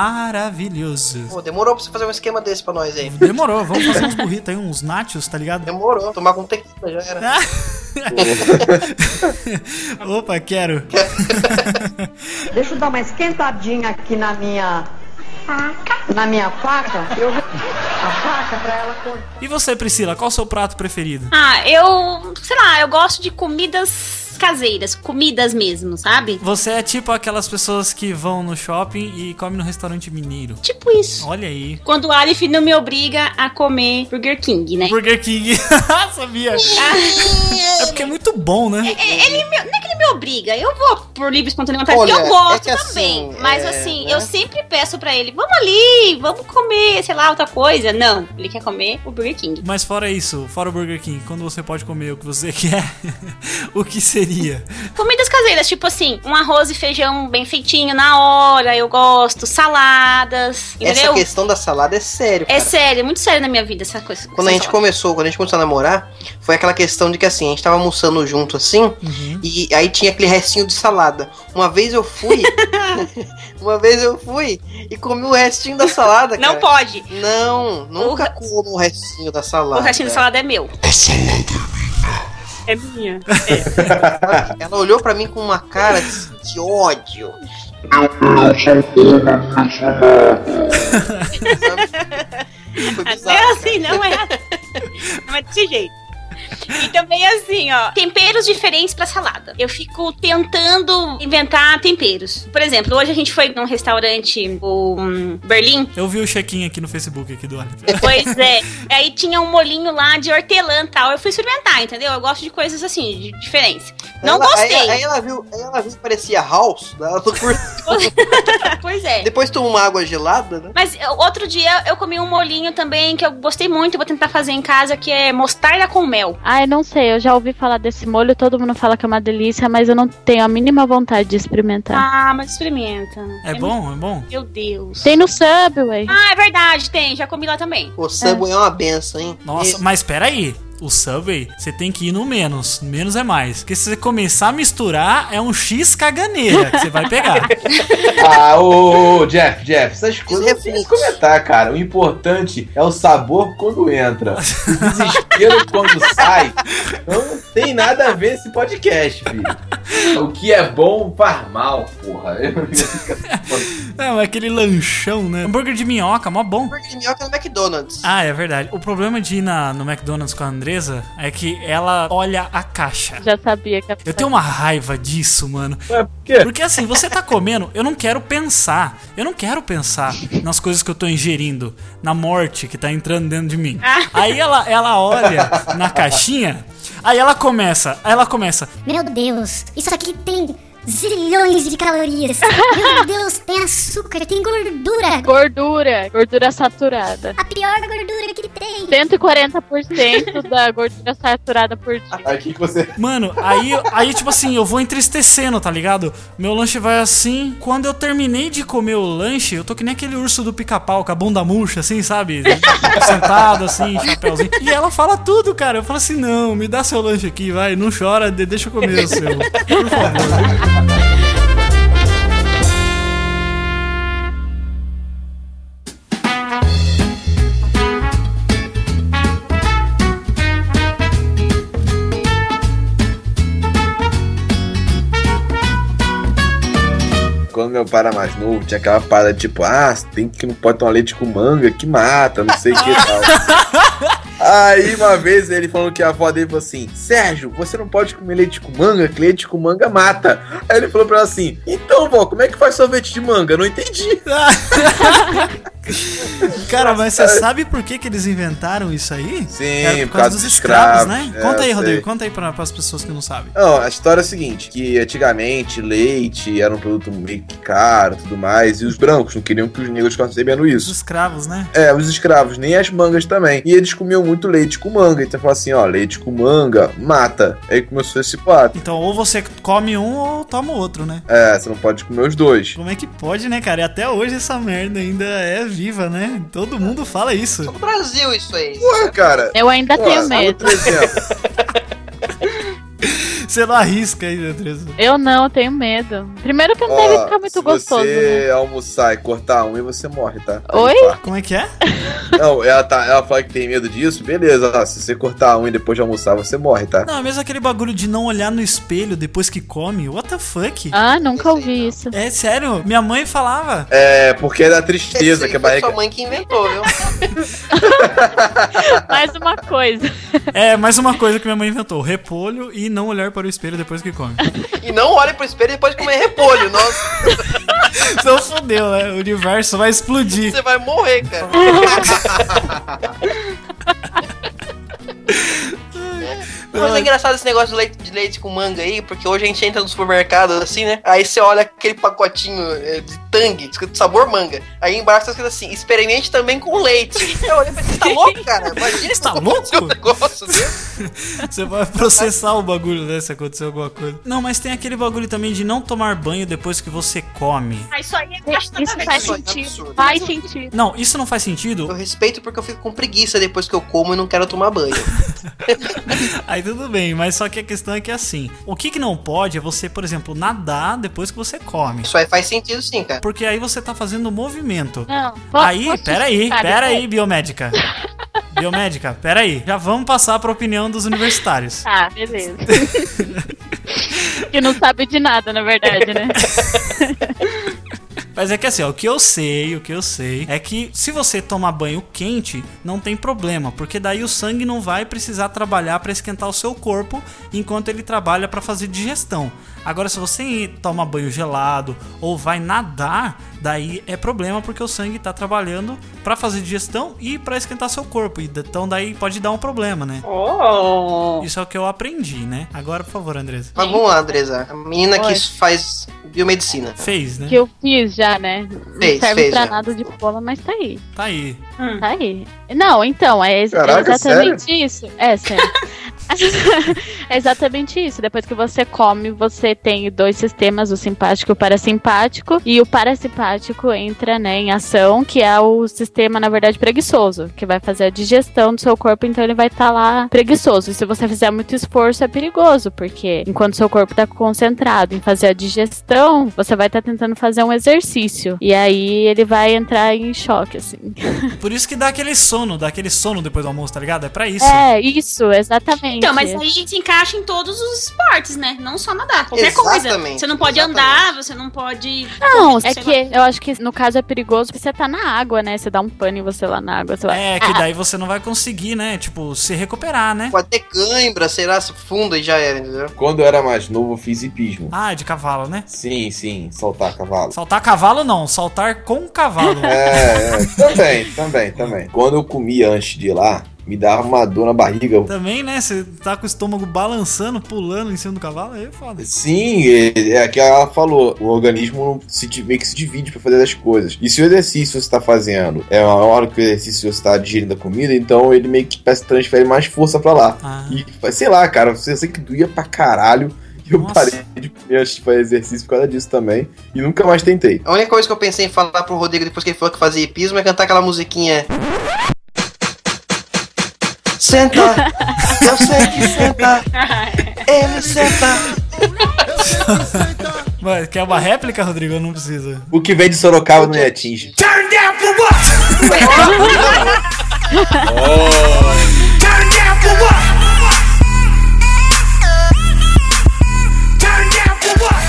S2: maravilhoso.
S4: Pô, demorou pra você fazer um esquema desse pra nós aí.
S2: Demorou, vamos fazer uns burritos aí, uns nachos, tá ligado?
S4: Demorou. Tomar com tequila já era.
S2: Opa, quero.
S9: Deixa eu dar uma esquentadinha aqui na minha. Na minha faca. Eu, a faca pra ela.
S2: E você, Priscila, qual o seu prato preferido?
S10: Ah, eu. Sei lá, eu gosto de comidas caseiras, comidas mesmo, sabe?
S2: Você é tipo aquelas pessoas que vão no shopping e comem no restaurante mineiro.
S10: Tipo isso.
S2: Olha aí.
S10: Quando o Aleph não me obriga a comer Burger King, né?
S2: Burger King. Sabia. é porque é muito bom, né?
S10: É, ele me- não é que ele me obriga, eu vou por livre e espontânea vontade,
S4: Olha,
S10: porque eu gosto
S4: é que assim,
S10: também. mas
S4: é,
S10: assim,
S4: né?
S10: eu sempre peço pra ele, vamos ali, vamos comer, sei lá, outra coisa. Não, ele quer comer o Burger King.
S2: Mas fora isso, fora o Burger King, quando você pode comer o que você quer, o que seria?
S10: Comidas caseiras, tipo assim, um arroz e feijão bem feitinho na hora, eu gosto, saladas,
S4: Essa
S10: entendeu?
S4: questão da salada é sério.
S10: É
S4: cara.
S10: sério, é muito sério na minha vida essa coisa.
S4: Quando a gente começou, quando a gente começou a namorar, foi aquela questão de que assim, a gente tava almoçando junto assim, e aí tinha aquele restinho de salada. Uma vez eu fui, uma vez eu fui e comi o restinho da salada,
S10: Não
S4: cara.
S10: pode.
S4: Não, nunca como o restinho da salada.
S10: O restinho da salada é meu. É minha.
S4: Ela olhou pra mim com uma cara de, de ódio.
S10: Não é assim, não é. Não é desse jeito. E também assim, ó, temperos diferentes pra salada. Eu fico tentando inventar temperos. Por exemplo, hoje a gente foi num restaurante, o hum, Berlim.
S2: Eu vi o check-in aqui no Facebook aqui do Oliver.
S10: Pois é. Aí tinha um molinho lá de hortelã e tal. Eu fui experimentar, entendeu? Eu gosto de coisas assim, de diferentes. Não
S4: Ela-
S10: gostei.
S4: Aí, aí ela viu, aí ela viu que parecia House. né? Ela não curtiu.
S10: Pois é.
S4: Depois toma uma água gelada, né?
S10: Mas eu- outro dia eu comi um molinho também que eu gostei muito, eu vou tentar fazer em casa, que é mostarda com mel.
S7: Ai, não sei, Ah, eu já ouvi falar desse molho, todo mundo fala que é uma delícia, mas eu não tenho a mínima vontade de experimentar.
S10: Ah, mas experimenta.
S2: É bom, é bom.
S10: Meu Deus.
S7: Tem no Subway.
S10: Ah, é verdade, tem. Já comi lá também.
S4: O Subway é uma benção, hein?
S2: Nossa, mas peraí. O Subway, você tem que ir no menos. Menos é mais. Porque se você começar a misturar, é um X caganeira que você vai pegar.
S8: Ah, ô, ô, ô, Jeff, Jeff, essas coisas não tem que comentar, cara. O importante é o sabor quando entra. O desespero quando sai. Então, Não tem nada a ver esse podcast, filho. O que é bom faz mal, porra.
S2: É, mas aquele lanchão, né? Hambúrguer de minhoca, mó bom.
S4: Hambúrguer de minhoca no McDonald's.
S2: Ah, é verdade. O problema de ir na, no McDonald's com a Andresa é que ela olha a caixa.
S7: Já sabia que
S2: Eu tenho uma raiva disso, mano. Porque assim, você tá comendo, eu não quero pensar. Eu não quero pensar nas coisas que eu tô ingerindo, na morte que tá entrando dentro de mim. Aí ela, ela olha na caixinha, aí ela começa, aí ela começa.
S11: Meu Deus, isso aqui tem zilhões de calorias. Meu Deus, tem açúcar, tem gordura.
S7: Gordura, gordura saturada.
S11: A pior gordura que tem.
S7: 140% da gordura saturada por dia.
S8: Aqui que você.
S2: Mano, aí, aí tipo assim, eu vou entristecendo, tá ligado? Meu lanche vai assim. Quando eu terminei de comer o lanche, eu tô que nem aquele urso do pica-pau com a bunda murcha, assim, sabe? Sentado, assim, chapéuzinho. E ela fala tudo, cara. Eu falo assim: não, me dá seu lanche aqui, vai, não chora, de- deixa eu comer o seu.
S8: Quando meu pai era mais novo, tinha aquela parada tipo, ah, você tem que não pode tomar leite com manga, que mata, não sei o que e tal. Aí uma vez ele falou que a avó dele falou assim: Sérgio, você não pode comer leite com manga, que leite com manga mata. Aí ele falou pra ela assim: Então, vó, como é que faz sorvete de manga? Eu Não entendi.
S2: Cara, mas você sabe por que, que eles inventaram isso aí?
S8: Sim,
S2: Era É, por
S8: por
S2: causa
S8: causa
S2: dos
S8: dos
S2: escravos, né?
S8: escravos. É,
S2: Conta aí,
S8: eu
S2: Rodrigo,
S8: sei.
S2: conta aí pra, pras pessoas que não sabem.
S8: Não, a história é a seguinte: que antigamente leite era um produto meio que caro e tudo mais, e os brancos não queriam que os negros ficassem bebendo isso.
S2: Os escravos, né?
S8: É, os escravos, nem as mangas também. E eles comiam muito leite com manga. Então falou assim, ó, leite com manga, mata. Aí começou esse pato.
S2: Então, ou você come um ou toma outro, né?
S8: É, você não pode comer os dois.
S2: Como é que pode, né, cara? E até hoje essa merda ainda é viva, né? Todo mundo fala isso.
S4: Brasil, isso aí.
S8: Ué, cara.
S7: Eu ainda tenho medo.
S2: Você não arrisca aí, Andressa.
S7: Eu não, eu tenho medo. Primeiro que não
S8: Ó,
S7: deve ficar muito
S8: se
S7: gostoso. né?
S8: você almoçar e cortar um, e você morre, tá?
S7: Oi?
S2: Como é que é?
S8: Não, ela, tá, ela fala que tem medo disso, beleza. ó, se você cortar um e depois de almoçar, você morre, tá?
S2: Não, é mesmo aquele bagulho de não olhar no espelho depois que come. What the fuck?
S7: Ah, nunca ouvi isso.
S2: É sério? Minha mãe falava.
S8: É, porque é da tristeza que a
S4: Foi
S8: barriga...
S4: sua mãe que inventou, viu?
S7: Mais uma coisa.
S2: É, mais uma coisa que minha mãe inventou: repolho e não olhar para para o espelho depois que come.
S4: E não olhe pro espelho e depois comer repolho, nossa.
S2: Então fodeu, né? O universo vai explodir.
S4: Você vai morrer, cara. Mas é engraçado esse negócio de leite, de leite com manga aí, porque hoje a gente entra no supermercado assim, né? Aí você olha aquele pacotinho eh, de tangue, escrito sabor manga. Aí embaixo tá escrito assim: experimente também com leite. Eu olhei e falei: você tá louco, cara? Imagina você tá louco? negócio desse.
S2: Você vai processar o bagulho, né? Se acontecer alguma coisa. Não, mas tem aquele bagulho também de não tomar banho depois que você come.
S10: Ah, isso aí é bastante
S7: Isso faz sentido. Faz sentido.
S2: Não, isso não faz sentido?
S4: Eu respeito porque eu fico com preguiça depois que eu como e não quero tomar banho.
S2: Aí tudo bem, mas só que a questão é que é assim, o que que não pode é você, por exemplo, nadar depois que você come.
S4: Isso aí faz sentido sim, cara.
S2: Porque aí você tá fazendo movimento.
S7: Não.
S2: aí, peraí, peraí, biomédica. Biomédica, peraí. Já vamos passar pra opinião dos universitários.
S7: Tá, beleza. que não sabe de nada, na verdade, né?
S2: Mas é que assim, ó, o que eu sei, o que eu sei é que se você tomar banho quente, não tem problema, porque daí o sangue não vai precisar trabalhar pra esquentar o seu corpo enquanto ele trabalha pra fazer digestão. Agora, se você toma banho gelado ou vai nadar, daí é problema porque o sangue tá trabalhando pra fazer digestão e pra esquentar seu corpo. E Então daí pode dar um problema, né? Isso é o que eu aprendi, né? Agora, por favor, Andresa.
S4: Mas vamos lá, Andresa. A menina que faz biomedicina.
S2: Fez, né?
S7: Que eu fiz já, né? Não
S4: Fez,
S7: serve
S4: fez
S7: pra
S4: já.
S7: nada de bola, mas tá aí.
S2: Tá aí.
S7: Tá aí. Não, então, é, ex-
S2: Caraca,
S7: é exatamente isso. É, sério. é exatamente isso. Depois que você come, você tem dois sistemas, o simpático e o parasimpático. E o parasimpático entra né, em ação, que é o sistema, na verdade, preguiçoso, que vai fazer a digestão do seu corpo, então ele vai estar lá preguiçoso. E se você fizer muito esforço, é perigoso, porque enquanto seu corpo tá concentrado em fazer a digestão, você vai estar tentando fazer um exercício. E aí ele vai entrar em choque, assim.
S2: Por isso que dá aquele sono, dá aquele sono depois do almoço, tá ligado? É pra isso.
S7: É, isso, exatamente.
S10: Então, mas aí se encaixa em todos os esportes, né? Não só nadar, qualquer coisa.
S2: Exatamente,
S10: Você não pode andar, você não pode.
S7: Não, é
S10: sei lá.
S7: que eu acho que no caso é perigoso porque você tá na água, né? Você dá um pano e você lá na água, você vai.
S2: É, que daí você não vai conseguir, né? Tipo, se recuperar, né?
S4: Pode ter cãibra, sei lá, se funda e já era, entendeu?
S8: Quando eu era mais novo, eu fiz hipismo.
S2: Ah, de cavalo, né?
S8: Sim, sim, saltar cavalo.
S2: Saltar cavalo não, saltar com cavalo.
S8: É, é, também, também, também. Quando eu comia antes de ir lá, me dava uma dor na barriga.
S2: Também, né? Você tá com o estômago balançando, pulando em cima do cavalo, aí é foda.
S8: Sim, é, é que ela falou, o organismo se, di- meio que se divide pra fazer as coisas. E se o exercício você tá fazendo é maior que o exercício que você tá digerindo a comida, então ele meio que parece que transfere mais força pra lá. E faz- sei lá, cara, eu sei que doía pra caralho. E eu parei de comer antes de fazer exercício por causa disso também. E nunca mais tentei.
S4: A única coisa que eu pensei em falar pro Rodrigo depois que ele falou que fazia hipismo é cantar aquela musiquinha. Senta! Eu sei que senta! Ele senta!
S2: Mas quer uma réplica, Rodrigo? Eu não preciso.
S8: O que vem de Sorocaba não é me atinge.
S12: Turn down for what? Turn down for what? Turn down for what? Turn down for what?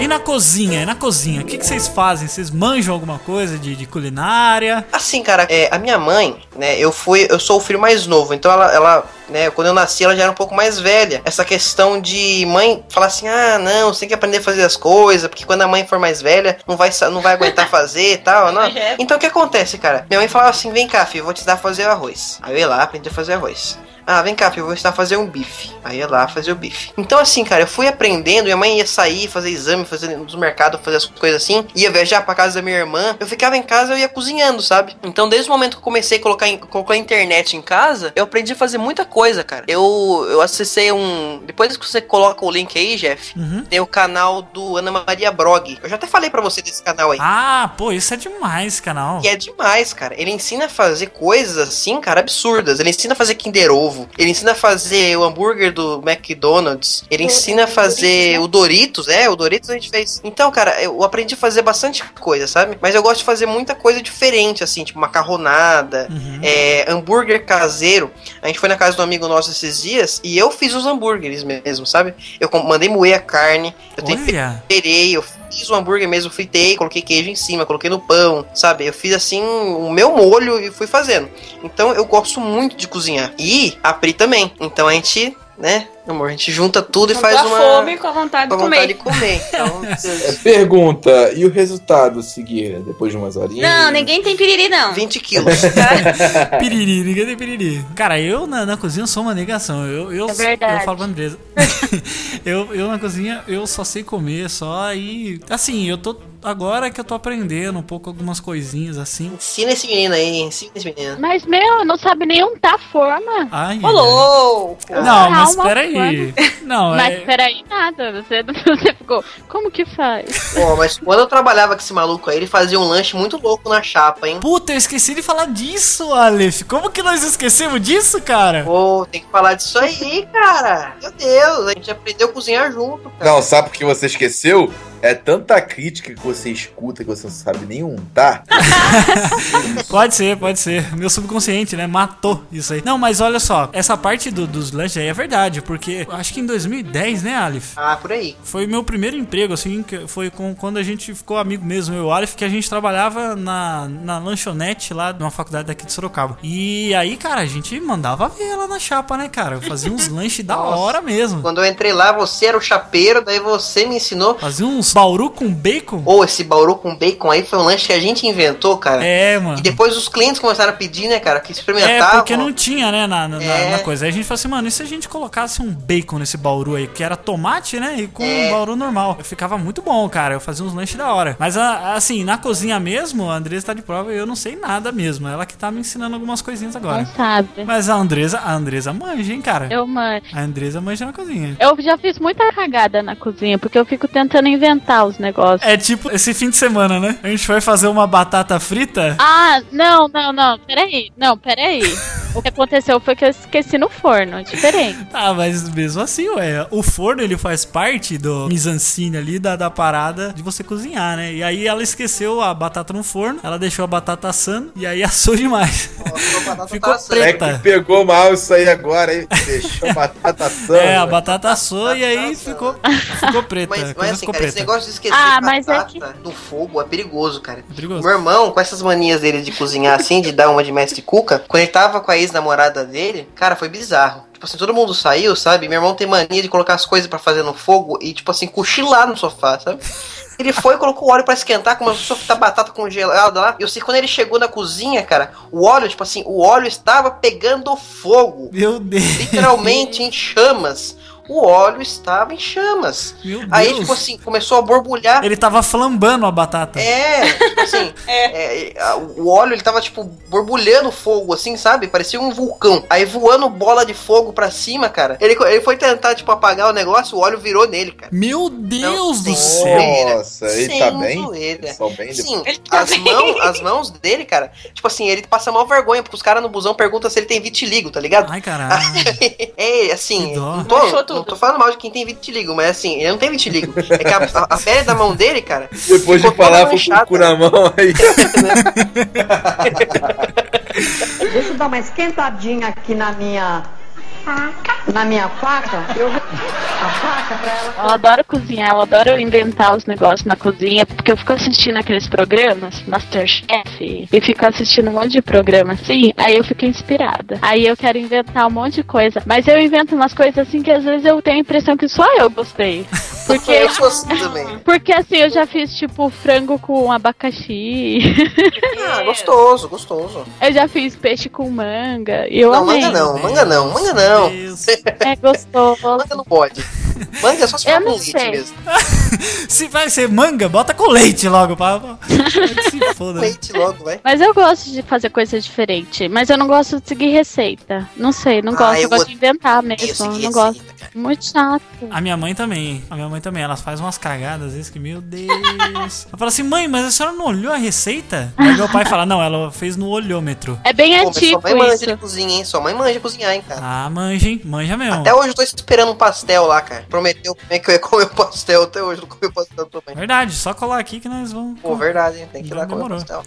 S2: E na cozinha, e na cozinha, o que, que vocês fazem? Vocês manjam alguma coisa de, de culinária?
S4: Assim, cara, é, a minha mãe, né, eu fui, eu sou o filho mais novo, então ela, ela, né, quando eu nasci ela já era um pouco mais velha. Essa questão de mãe falar assim, ah, não, você tem que aprender a fazer as coisas, porque quando a mãe for mais velha, não vai, sa- não vai aguentar fazer e tal, não. Então o que acontece, cara? Minha mãe falava assim, vem cá, filho, eu vou te dar a fazer o arroz. Aí eu ia lá, aprendi a fazer arroz. Ah, vem cá, filho, eu vou ensinar a fazer um bife. Aí eu ia lá fazer o bife. Então, assim, cara, eu fui aprendendo. Minha mãe ia sair, fazer exame, fazer nos mercados, fazer as coisas assim. Ia viajar pra casa da minha irmã. Eu ficava em casa, eu ia cozinhando, sabe? Então, desde o momento que eu comecei a colocar, em- colocar a internet em casa, eu aprendi a fazer muita coisa, cara. Eu, eu acessei um. Depois que você coloca o link aí, Jeff,
S2: Uhum.
S4: tem o canal do Ana Maria Brog. Eu já até falei pra você desse canal aí.
S2: Ah, pô, isso é demais, canal.
S4: E é demais, cara. Ele ensina a fazer coisas assim, cara, absurdas. Ele ensina a fazer Kinder Ovo. Ele ensina a fazer o hambúrguer do McDonald's. Ele ensina a fazer o Doritos, é, o Doritos a gente fez. Então, cara, eu aprendi a fazer bastante coisa, sabe? Mas eu gosto de fazer muita coisa diferente, assim, tipo macarronada, é, hambúrguer caseiro. A gente foi na casa de um amigo nosso esses dias e eu fiz os hambúrgueres mesmo, sabe? Eu com- mandei moer a carne, eu
S2: Olha.
S4: temperei, eu fiz o hambúrguer mesmo, fritei, coloquei queijo em cima, coloquei no pão, sabe? Eu fiz assim o meu molho e fui fazendo. Então eu gosto muito de cozinhar. E a Pri também. Então a gente, né, amor, a gente junta tudo e
S10: Com
S4: faz
S10: a
S4: uma.
S10: fome com a vontade
S4: com a
S10: de comer.
S4: vontade de comer. Então,
S8: É, pergunta, e o resultado a seguir, né? depois de umas horinhas?
S10: Não, ninguém tem piriri, não.
S4: 20 Então, quilos.
S10: É.
S2: Piriri, ninguém tem piriri. Cara, eu na, na cozinha sou uma negação. Eu, eu,
S10: É verdade.
S2: eu falo pra Andresa. eu, eu na cozinha, eu só sei comer, só e. Assim, eu tô. Agora que eu tô aprendendo um pouco algumas coisinhas assim.
S4: Ensina esse menino aí, ensina esse menino.
S7: Mas, meu, não sabe nem untar a forma.
S2: Ai,
S7: Ô, louco!
S4: Ah.
S2: Não, mas peraí. Não,
S7: mas
S2: é.
S7: peraí, nada. Você, você ficou, como que faz?
S4: Pô, mas quando eu trabalhava com esse maluco aí, ele fazia um lanche muito louco na chapa, hein?
S2: Puta, eu esqueci de falar disso, Aleph. Como que nós esquecemos disso, cara?
S4: Pô, tem que falar disso aí, cara. Meu Deus, a gente aprendeu a cozinhar junto.
S8: Não, sabe o que você esqueceu? É tanta crítica que você escuta que você não sabe tá? nem untar.
S2: Pode ser, pode ser. Meu subconsciente, né? Matou isso aí. Não, mas olha só, essa parte do- dos lanches aí é verdade, porque eu acho que em 2010, né, Aleph?
S4: Ah, por aí.
S2: Foi meu primeiro emprego, assim, que foi com, quando a gente ficou amigo mesmo, eu e o Aleph, que a gente trabalhava na, na lanchonete lá de uma faculdade daqui de Sorocaba. E aí, cara, a gente mandava ver lá na chapa, né, cara? Eu fazia uns lanches da hora mesmo.
S4: Quando eu entrei lá, você era o chapeiro, daí você me ensinou.
S2: Fazia uns bauru com bacon?
S4: Ou esse bauru com bacon aí foi um lanche que a gente inventou, cara.
S2: É, mano.
S4: E depois os clientes começaram a pedir, né, cara, que
S2: É,
S4: experimentavam.
S2: porque não tinha, né, na, na, na-
S4: É.
S2: na coisa. Aí a gente falou assim, mano, e se a gente colocasse um bacon nesse bauru aí, que era tomate, né, e com
S4: É.
S2: um bauru normal? Eu ficava muito bom, cara, eu fazia uns lanches da hora. Mas, a- assim, na cozinha mesmo, a Andresa tá de prova e eu não sei nada mesmo. Ela que tá me ensinando algumas coisinhas agora.
S7: Não sabe.
S2: Mas a Andresa, a Andresa manja, hein, cara?
S7: Eu, mãe.
S2: A Andresa manja na cozinha.
S7: Eu já fiz muita cagada na cozinha, porque eu fico tentando inventar os negócios.
S2: É tipo esse fim de semana, né? A gente foi fazer uma batata frita.
S7: Ah, não, não, não, peraí. Não, peraí. o que aconteceu foi que eu esqueci no forno, é diferente.
S2: Ah, mas mesmo assim, ué, o forno ele faz parte do misancine ali, da, da parada de você cozinhar, né? E aí ela esqueceu a batata no forno, ela deixou a batata assando e aí assou demais. Ficou
S8: É
S2: preta.
S8: que pegou mal isso aí agora, hein? Deixou a batata assando.
S2: É, a batata assou e aí ficou, ficou preta. a
S4: Mas, mas
S2: coisa
S4: assim,
S2: ficou
S4: cara, esse
S2: preta.
S4: negócio de esquecer
S7: Ah, mas é
S4: batata no fogo é perigoso, cara.
S2: Perigoso.
S4: Meu irmão, com essas manias dele de cozinhar assim, de dar uma de mestre cuca, quando ele tava com a ex-namorada dele, cara, foi bizarro. Tipo assim, todo mundo saiu, sabe? Meu irmão tem mania de colocar as coisas pra fazer no fogo e, tipo assim, cochilar no sofá, sabe? Ele foi e colocou o óleo pra esquentar, começou a fritar batata congelada lá. Eu sei que quando ele chegou na cozinha, cara, o óleo, tipo assim, o óleo estava pegando fogo.
S2: Meu Deus.
S4: Literalmente em chamas. O óleo estava em chamas.
S2: Meu
S4: Aí,
S2: Deus.
S4: tipo assim, começou a borbulhar.
S2: Ele tava flambando a batata.
S4: É, tipo assim, é, é, a- o óleo ele tava, tipo, borbulhando fogo, assim, sabe? Parecia um vulcão. Aí voando bola de fogo pra cima, cara. Ele, co- ele foi tentar, tipo, apagar o negócio, o óleo virou nele, cara.
S2: Meu Deus do céu.
S8: Nossa, ele tá bem? Eles são bem
S4: Sim,
S8: depois.
S4: Assim, as, mãos, as mãos dele, cara, tipo assim, ele passa mal vergonha, porque os caras no busão perguntam se ele tem vitiligo, tá ligado?
S2: Ai, caralho.
S4: É, assim, não tô,
S10: Manchou tudo.
S4: não tô falando mal de quem tem vitiligo, mas assim, ele não tem vitiligo. É que a, a- a pele da mão dele, cara,
S8: Depois de
S4: ficou toda
S8: falar com
S4: manchada.
S8: o cu
S10: né?
S8: na mão aí.
S9: Deixa eu dar uma esquentadinha aqui na minha. Na minha faca. Eu... A faca pra ela.
S7: Eu adoro cozinhar, eu adoro inventar os negócios na cozinha, porque eu fico assistindo aqueles programas, Masterchef, e fico assistindo um monte de programa assim, aí eu fico inspirada. Aí eu quero inventar um monte de coisa, mas eu invento umas coisas assim que às vezes eu tenho a impressão que só eu gostei. Porque
S4: eu sou assim também.
S7: Porque assim, eu já fiz tipo frango com abacaxi,
S4: Ah, gostoso, gostoso.
S7: eu já fiz peixe com manga, e eu
S4: não,
S7: amei.
S4: manga não, manga não, manga não.
S7: É gostoso.
S4: manga não pode. Manga é só se for
S7: Eu
S4: com
S7: não
S4: leite
S7: sei.
S4: mesmo.
S2: Se vai ser manga, bota com leite logo, pra. pra- que se foda. né?
S4: Leite logo, vai.
S7: Mas eu gosto de fazer coisa diferente, mas eu não gosto de seguir receita. Não sei, não
S2: Ah,
S7: gosto, eu,
S2: eu
S7: gosto
S2: odeio
S7: de inventar mesmo, eu não
S2: receita,
S7: gosto. Muito chato.
S2: A minha mãe também. A minha mãe também. Ela faz umas cagadas às vezes que, meu Deus. Ela fala assim, mãe, mas a senhora não olhou a receita? Aí meu pai fala, não, ela fez no olhômetro.
S7: É bem
S4: Pô, mas sua
S7: antigo
S4: mãe manja de
S7: isso.
S4: cozinha, hein? Sua mãe manja de cozinhar, hein, cara.
S2: Ah, manja, hein? Manja mesmo.
S4: Até hoje eu tô esperando um pastel lá, cara. Prometeu comer que eu ia comer o pastel. Até hoje eu não comi o pastel também.
S2: Verdade, só colar aqui que nós vamos.
S4: Pô, verdade, hein? Tem que ir lá comer o
S2: Demorou.
S4: pastel.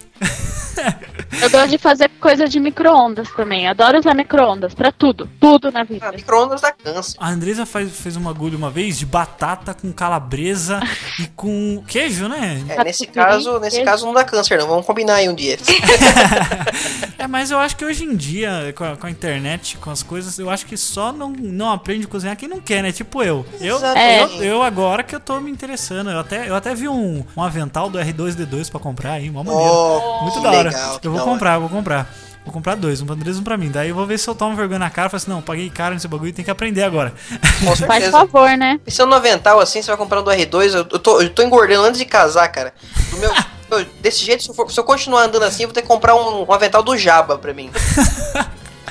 S7: Eu gosto de fazer coisa de micro-ondas também. Adoro usar micro-ondas pra tudo. Tudo na vida.
S4: Ah, micro-ondas dá câncer.
S2: A Andresa faz- fez uma agulha uma vez de batata com calabresa e com queijo, né?
S7: Tá
S4: É, nesse caso, nesse caso não dá câncer, não. Vamos combinar aí um dia.
S2: É, mas eu acho que hoje em dia, com a, com a internet, com as coisas, eu acho que só não, não aprende a cozinhar quem não quer, né? Tipo eu. Eu,
S4: Exatamente.
S2: eu, eu agora que eu tô me interessando. Eu até, eu até vi um, um avental do R2D2 pra comprar aí, uma maneira.
S4: Oh,
S2: Muito
S4: que
S2: da hora.
S4: legal, que
S2: eu vou
S4: da hora.
S2: comprar, eu vou comprar. Vou comprar dois, um pra Andresa e um pra mim. Daí eu vou ver se eu tomo vergonha na cara e falo assim, não, paguei caro nesse bagulho, tem que aprender agora.
S4: Com
S7: Faz
S4: certeza.
S7: favor, né?
S4: Pensando no avental assim, você vai comprando do R2. Eu, eu tô, eu tô engordando antes de casar, cara. Do meu- eu- desse jeito, se eu, for- se eu continuar andando assim, eu vou ter que comprar um, um avental do Jaba pra mim.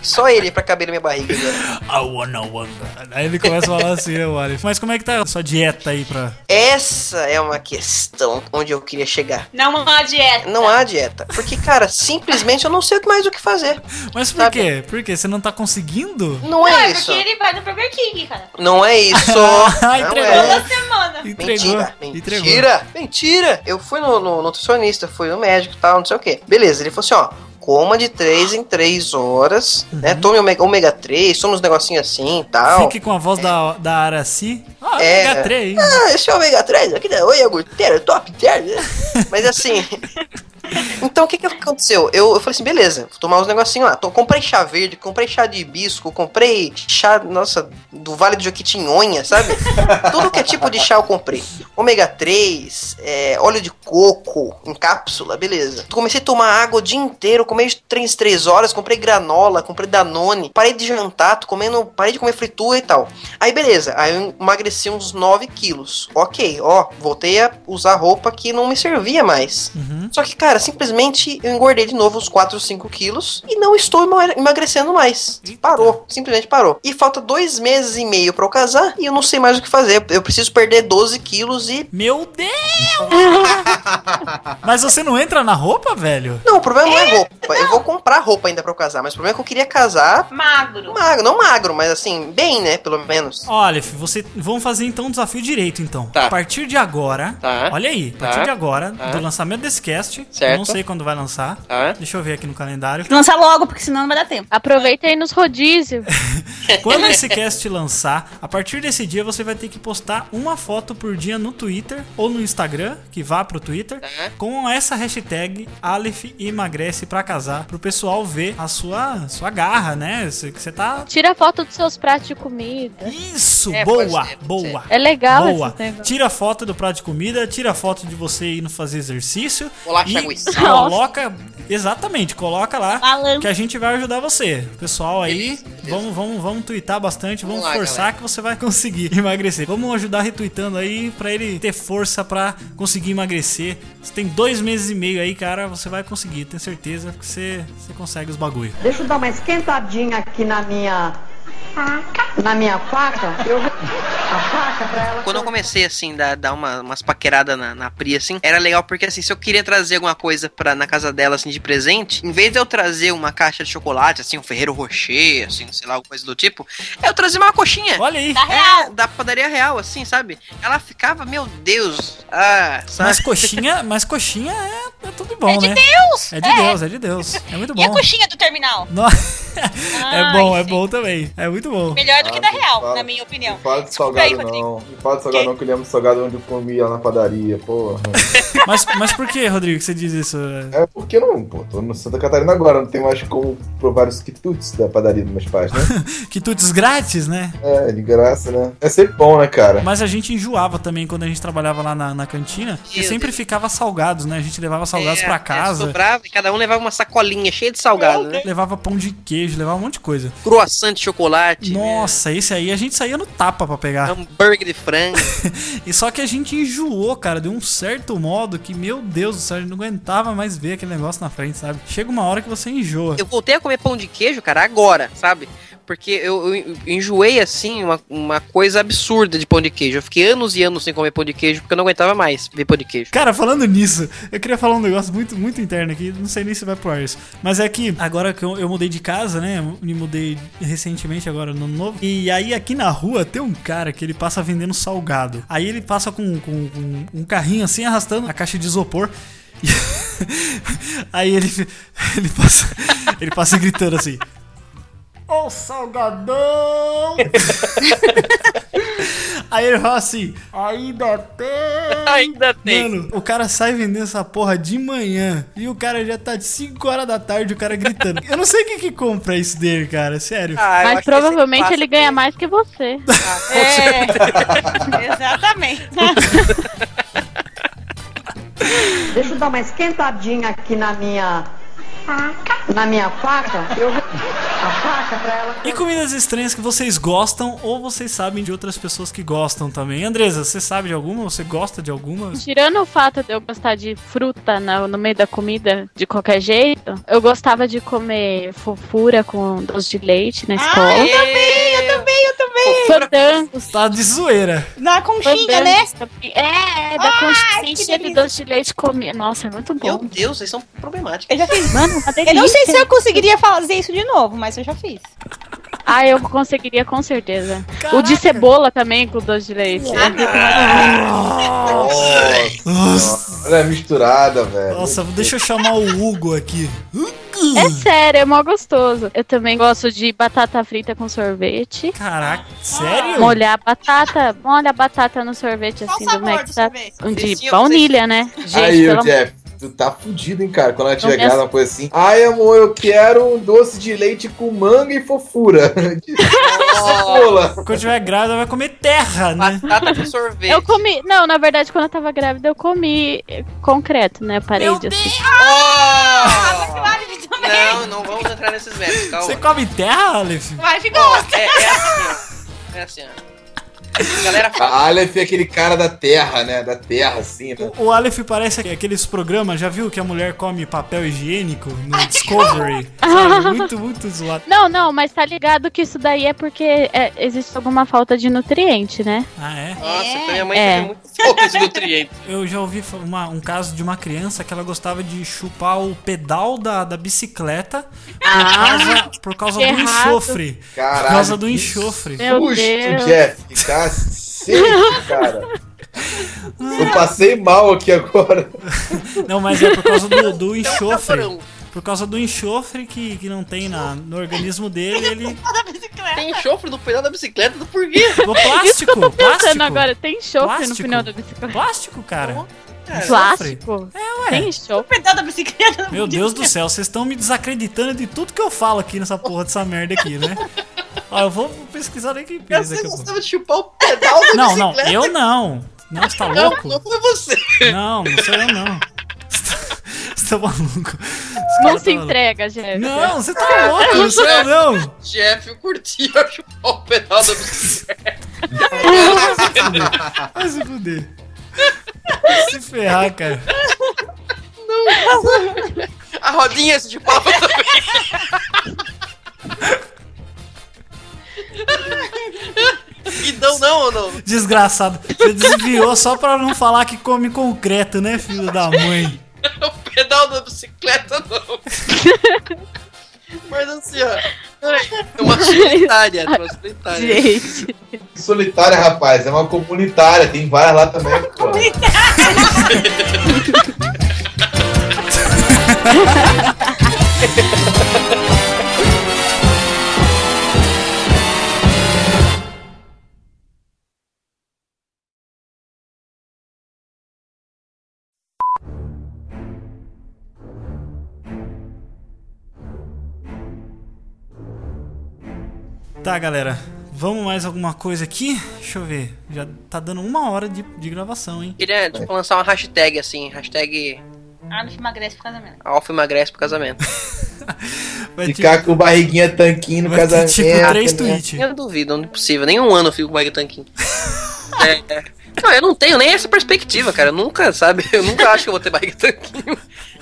S4: Só ele pra caber na minha barriga agora.
S2: I wanna wonder. Aí ele começa a falar assim, né, Wallace? Mas como é que tá a sua dieta aí pra...
S4: Essa é uma questão onde eu queria chegar.
S10: Não há dieta.
S4: Não há dieta. Porque, cara, simplesmente eu não sei mais o que fazer.
S2: Mas por
S4: Sabe?
S2: quê? Por quê? Você não tá conseguindo?
S4: Não é isso.
S10: porque ele vai no Burger King, cara.
S4: Não é isso.
S2: Ah,
S4: Não
S2: entregou.
S4: é.
S10: Toda semana.
S2: Entregou.
S4: Mentira,
S2: Entregou.
S4: mentira, mentira. Eu fui no, no nutricionista, fui no médico e tal, não sei o que. Beleza, ele falou assim, ó, coma de 3 em 3 horas, né? Tome ômega, ômega 3, tome uns negocinhos assim e tal.
S2: Uhum. Fique com a voz da, da Araci. Ah,
S4: É.
S2: ômega 3.
S4: Ah, esse ômega 3 aqui da Oi Agulteira, top tier, né? Mas assim... Então o que que aconteceu? Eu, eu falei assim, beleza, vou tomar uns negocinhos lá. Tô, comprei chá verde, comprei chá de hibisco, comprei chá, nossa, do Vale do Joquitinhonha, sabe? Tudo que é tipo de chá eu comprei. Ômega 3, é, óleo de coco em cápsula, beleza. Comecei a tomar água o dia inteiro, comi de 3 3 horas, comprei granola, comprei danone, parei de jantar, tô comendo, parei de comer fritura e tal. Aí beleza, aí eu emagreci uns 9 quilos. Ok, ó, voltei a usar roupa que não me servia mais. Só que, cara, simplesmente eu engordei de novo uns 4 ou 5 quilos e não estou ema- emagrecendo mais. Parou, simplesmente parou. E falta dois meses e meio pra eu casar e eu não sei mais o que fazer. Eu preciso perder 12 quilos e.
S2: Meu Deus! Mas você não entra na roupa, velho?
S4: Não, o problema não é roupa. Eu vou comprar roupa ainda pra eu casar, mas o problema é que eu queria casar
S10: Magro.
S4: magro. Não magro, mas assim, bem, né? Pelo menos.
S2: Olha, fi, você vamos fazer então um desafio direito então.
S4: Tá.
S2: A partir de agora,
S4: Tá.
S2: olha aí, a partir
S4: Tá.
S2: de agora
S4: Tá.
S2: do lançamento desse cast,
S4: Certo.
S2: eu não sei quando vai lançar.
S4: Tá.
S2: Deixa eu ver aqui no calendário.
S10: Lança logo, porque senão não vai dar tempo.
S7: Aproveita aí nos rodízios.
S2: Quando esse cast lançar, a partir desse dia você vai ter que postar uma foto por dia no Twitter ou no Instagram, que vá pro Twitter, com essa hashtag Aleph emagrece pra casar, pro pessoal ver a sua sua garra, né? Cê- Que você tá
S7: Tira foto dos seus pratos de comida.
S2: isso,
S7: É, pode
S2: boa,
S7: ser, pode
S2: boa.
S7: ser. É legal
S2: boa.
S7: esses negócios.
S2: Tira foto do prato de comida, tira foto de você indo fazer exercício
S4: Bolacha
S2: e
S4: russa.
S2: coloca exatamente, coloca lá
S10: Balanço.
S2: que a gente vai ajudar você. Pessoal aí, vamos vamos vamos twittar bastante, vamos,
S4: lá,
S2: forçar que você vai conseguir emagrecer. Vamos ajudar retweetando aí pra ele ter força pra conseguir emagrecer. Você tem dois meses e meio aí, cara, você vai conseguir, tenho certeza que você você consegue os bagulho.
S9: Deixa eu dar uma esquentadinha aqui na minha. Na minha faca. Eu vou. A faca pra ela.
S4: Quando eu comecei, assim, dar, dar uma, umas paqueradas na, na Pri, assim, era legal porque, assim, se eu queria trazer alguma coisa pra, na casa dela, assim, de presente, em vez de eu trazer uma caixa de chocolate, assim, um Ferreiro Rocher, assim, sei lá, alguma coisa do tipo, eu trazia uma coxinha.
S2: Olha aí.
S10: Da real.
S4: É, da padaria real, assim, sabe? Ela ficava, meu Deus, ah, sabe?
S2: Mas coxinha, mas coxinha é, é tudo bom,
S10: É de
S2: né?
S10: Deus! tá
S2: É de Deus, é de Deus. É muito bom.
S10: E a coxinha do terminal?
S2: No- é
S10: Ai,
S2: bom, é bom também. É muito bom.
S10: Melhor do que
S8: Ah,
S10: da
S8: não
S10: real,
S8: fala.
S10: na minha opinião.
S8: Não fala de
S10: Desculpa aí,
S8: salgado
S10: Rodrigo.
S8: não. Não fala de salgado não, que eu lembro do salgado onde eu comia lá na padaria, porra.
S2: Mas, mas por que, Rodrigo, que você diz isso?
S8: É porque não, pô, tô no Santa Catarina agora, não tem mais como provar os quitutes da padaria dos meus pais, né?
S2: Que tuts grátis, né?
S8: É, de graça, né? É sempre bom, né, cara?
S2: Mas a gente enjoava também quando a gente trabalhava lá na, na cantina. E
S4: Meu
S2: sempre ficava salgados, né? A gente levava salgados
S4: É,
S2: pra
S4: É,
S2: casa.
S4: sobrava e cada um levava uma sacolinha cheia de salgado, né?
S2: Levava pão de queijo, levava um monte de coisa.
S4: Croissant de chocolate,
S2: Nossa, esse aí a gente saía no tapa pra pegar.
S4: hambúrguer de frango.
S2: E só que a gente enjoou, cara, de um certo modo que, meu Deus do céu, a gente não aguentava mais ver aquele negócio na frente, sabe? Chega uma hora que você enjoa.
S4: Eu voltei a comer pão de queijo, cara, agora, sabe? Porque eu, eu enjoei, assim, uma, uma coisa absurda de pão de queijo. Eu fiquei anos e anos sem comer pão de queijo, porque eu não aguentava mais ver pão de queijo.
S2: Cara, falando nisso, eu queria falar um negócio muito, muito interno aqui, não sei nem se vai pro ar isso. Mas é que agora que eu, eu mudei de casa, né? Me mudei recentemente agora no ano novo. E aí aqui na rua tem um cara que ele passa vendendo salgado. Aí ele passa com, com- com um carrinho assim, arrastando a caixa de isopor. E- Aí ele, ele, passa, ele passa gritando assim.
S13: Ô salgadão!
S2: Aí ele fala assim.
S13: Ainda tem!
S2: Ainda tem. Mano, o cara sai vendendo essa porra de manhã e o cara já tá de 5 horas da tarde o cara gritando. Eu não sei quem que compra isso dele, cara, sério.
S4: Ah,
S7: Mas provavelmente ele ganha mais que você.
S10: É, exatamente.
S9: Deixa eu dar uma esquentadinha aqui na minha. Na minha faca. Eu, a faca pra ela.
S2: E comidas estranhas que vocês gostam ou vocês sabem de outras pessoas que gostam também. Andresa, você sabe de alguma? Você gosta de alguma?
S7: Tirando o fato de eu gostar de fruta na- no meio da comida de qualquer jeito, eu gostava de comer fofura com doce de leite né?
S11: Ah.
S7: na escola.
S10: eu também, eu também, eu também.
S2: Tá de zoeira.
S10: Na conchinha, né?
S7: É, da conchinha cheia de doce de leite comer. Nossa, é muito bom.
S4: Meu Deus, vocês são problemáticos.
S10: Eu já fiz.
S7: Mano, uma
S10: Eu não sei
S7: delícia.
S10: se eu conseguiria fazer isso de novo, mas eu já fiz.
S7: Ah, eu conseguiria com certeza. O de cebola também com doce de leite.
S2: Ah,
S8: Nossa. Ela é misturada, velho.
S2: Nossa, deixa eu chamar o Hugo aqui.
S7: É sério, é mó gostoso. Eu também gosto de batata frita com sorvete.
S2: Caraca, sério?
S7: Molhar a batata, molha a batata no sorvete assim do Mac. tá- De baunilha, né?
S8: Aí, o
S7: pelo
S8: Jeff, tu tá fudido, hein, cara? Quando ela tiver
S7: Não,
S8: grávida,
S7: essa-
S8: uma coisa assim. Ai, amor, eu quero um doce de leite com manga e fofura. De cebola.
S2: Quando tiver grávida, vai comer terra, né?
S4: Batata com sorvete.
S7: Eu comi. Não, na verdade, quando eu tava grávida, eu comi eh, concreto, né? Parede. assim.
S4: Não, não vamos entrar nesses métodos, calma.
S2: Você come terra, Aleph?
S10: Vai, fica.
S4: É, é assim, ó. É assim, ó. Galera,
S8: A Aleph é aquele cara da terra, né? Da terra, assim, né?
S2: O Aleph parece aqueles programas, já viu que a mulher come papel higiênico
S7: Ah,
S2: no Discovery? Sabe? Muito, muito zoado.
S7: Não, não, mas tá ligado que isso daí é porque é, existe alguma falta de nutriente, né?
S2: Ah, é?
S4: Nossa, então minha mãe
S7: É.
S4: teve muito pouco de nutriente.
S2: Eu já ouvi fa- uma- um caso de uma criança que ela gostava de chupar o pedal da, da bicicleta por causa, por causa do
S7: Ah, que errado.
S2: enxofre.
S8: Caralho,
S2: por causa do
S8: que
S2: enxofre.
S7: Meu Deus.
S8: Jeff, que cacete, cara. Eu passei mal aqui agora.
S2: Não, mas é por causa do, do
S8: Então tá
S2: enxofre. Por causa do enxofre que, que não tem na, no organismo dele, ele.
S4: Tem enxofre no pedal da bicicleta do porquê?
S2: Do plástico,
S7: Tô pensando
S2: plástico.
S7: agora, tem enxofre no
S2: Plástico.
S7: final da bicicleta.
S2: Plástico, cara.
S7: Plástico?
S2: É, ué.
S7: Tem enxofre.
S10: pedal da bicicleta.
S2: Meu Deus do céu, vocês estão me desacreditando de tudo que eu falo aqui nessa porra dessa merda aqui, né? Ó, eu vou pesquisar na Wikipedia daqui a pouco.
S4: de chupar o pedal da
S2: Não, não,
S4: bicicleta?
S2: eu não. Não, você tá
S4: Não,
S2: louco?
S4: não foi você.
S2: Não, não sou eu não. Você tá maluco? tá
S7: Não se entrega, Jeff.
S2: Não, você tá louco, não sou eu não.
S4: Jeff, eu curti eu chupar o pedal da bicicleta.
S2: Vai se fuder. Vai se ferrar, cara.
S4: A rodinha se chupava também. Então não ou não?
S2: Desgraçado. Você desviou só pra não falar que come concreto, né, filho da mãe?
S4: O pedal da bicicleta não. Mas assim, ó. ai, É uma solitária, é uma solitária.
S7: Gente.
S8: Solitária, rapaz. É uma comunitária. Tem várias lá também. pô.
S2: Tá, galera. Vamos mais alguma coisa aqui? Deixa eu ver. Já tá dando uma hora de, de gravação, hein?
S4: Queria, tipo, lançar uma hashtag assim, hashtag
S10: Aleph Ah, emagrece por casamento.
S4: Alfa emagrece pro casamento.
S2: Vai
S8: Ficar com barriguinha tanquinho no
S2: Vai ter,
S8: casamento.
S2: tipo, três
S8: né?
S2: tweets.
S4: Eu duvido, não é possível. Nem um ano eu fico com barriga tanquinho. É, é. Não, eu não tenho nem essa perspectiva, cara. Eu nunca, sabe? Eu nunca acho que eu vou ter barriga tanquinho.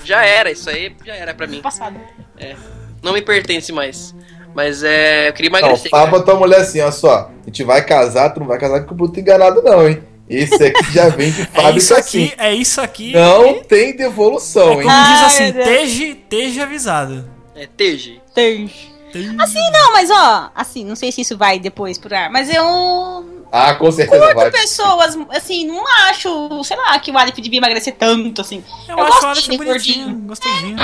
S4: Já era, isso aí já era pra mim.
S10: Passado.
S4: É. Não me pertence mais. Mas é. Eu queria
S8: Não,
S4: emagrecer.
S8: fala pra
S4: cara.
S8: tua mulher assim, ó só. A gente vai casar, tu não vai casar com o puto enganado, não, hein? Esse aqui já vem de
S2: É
S8: fábrica
S2: isso
S8: assim.
S2: aqui, é isso aqui.
S8: Não tem devolução,
S2: Como
S8: hein?
S2: diz
S10: Ai,
S2: assim,
S10: meu Deus.
S2: teje, teje avisado.
S4: É Teji.
S10: Ah, Assim, não, mas ó, assim, não sei se isso vai depois pro ar, mas eu
S8: Ah, com certeza vai.
S10: Curto pessoas, assim, não acho, sei lá, que o Aleph devia emagrecer tanto, assim.
S2: Eu, acho o Aleph bonitinho, gostosinho.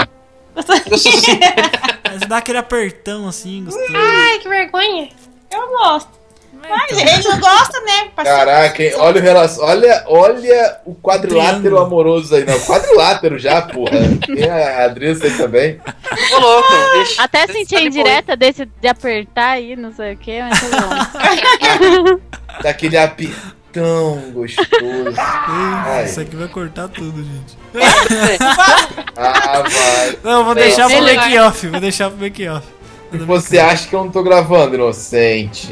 S2: Mas dá aquele apertão assim, gostoso.
S10: Ai, que vergonha. Eu gosto. Mas ele não gosta, né? parceiro?
S8: Caraca, hein? olha o relação. Olha, olha o quadrilátero amoroso aí, não. Quadrilátero já, porra. Tem a Adressa aí também.
S4: Ô, louco.
S7: Até senti a indireta desse de apertar aí, não sei o que, mas tá bom.
S8: Daquele apertão Tá gostoso. Ai.
S2: Isso aqui vai cortar tudo, gente.
S8: Ah, vai.
S2: Não, vou
S8: Bem,
S2: deixar pro
S8: melhor.
S2: make-off, vou deixar pro make-off.
S8: O que você acha que eu não tô gravando, inocente?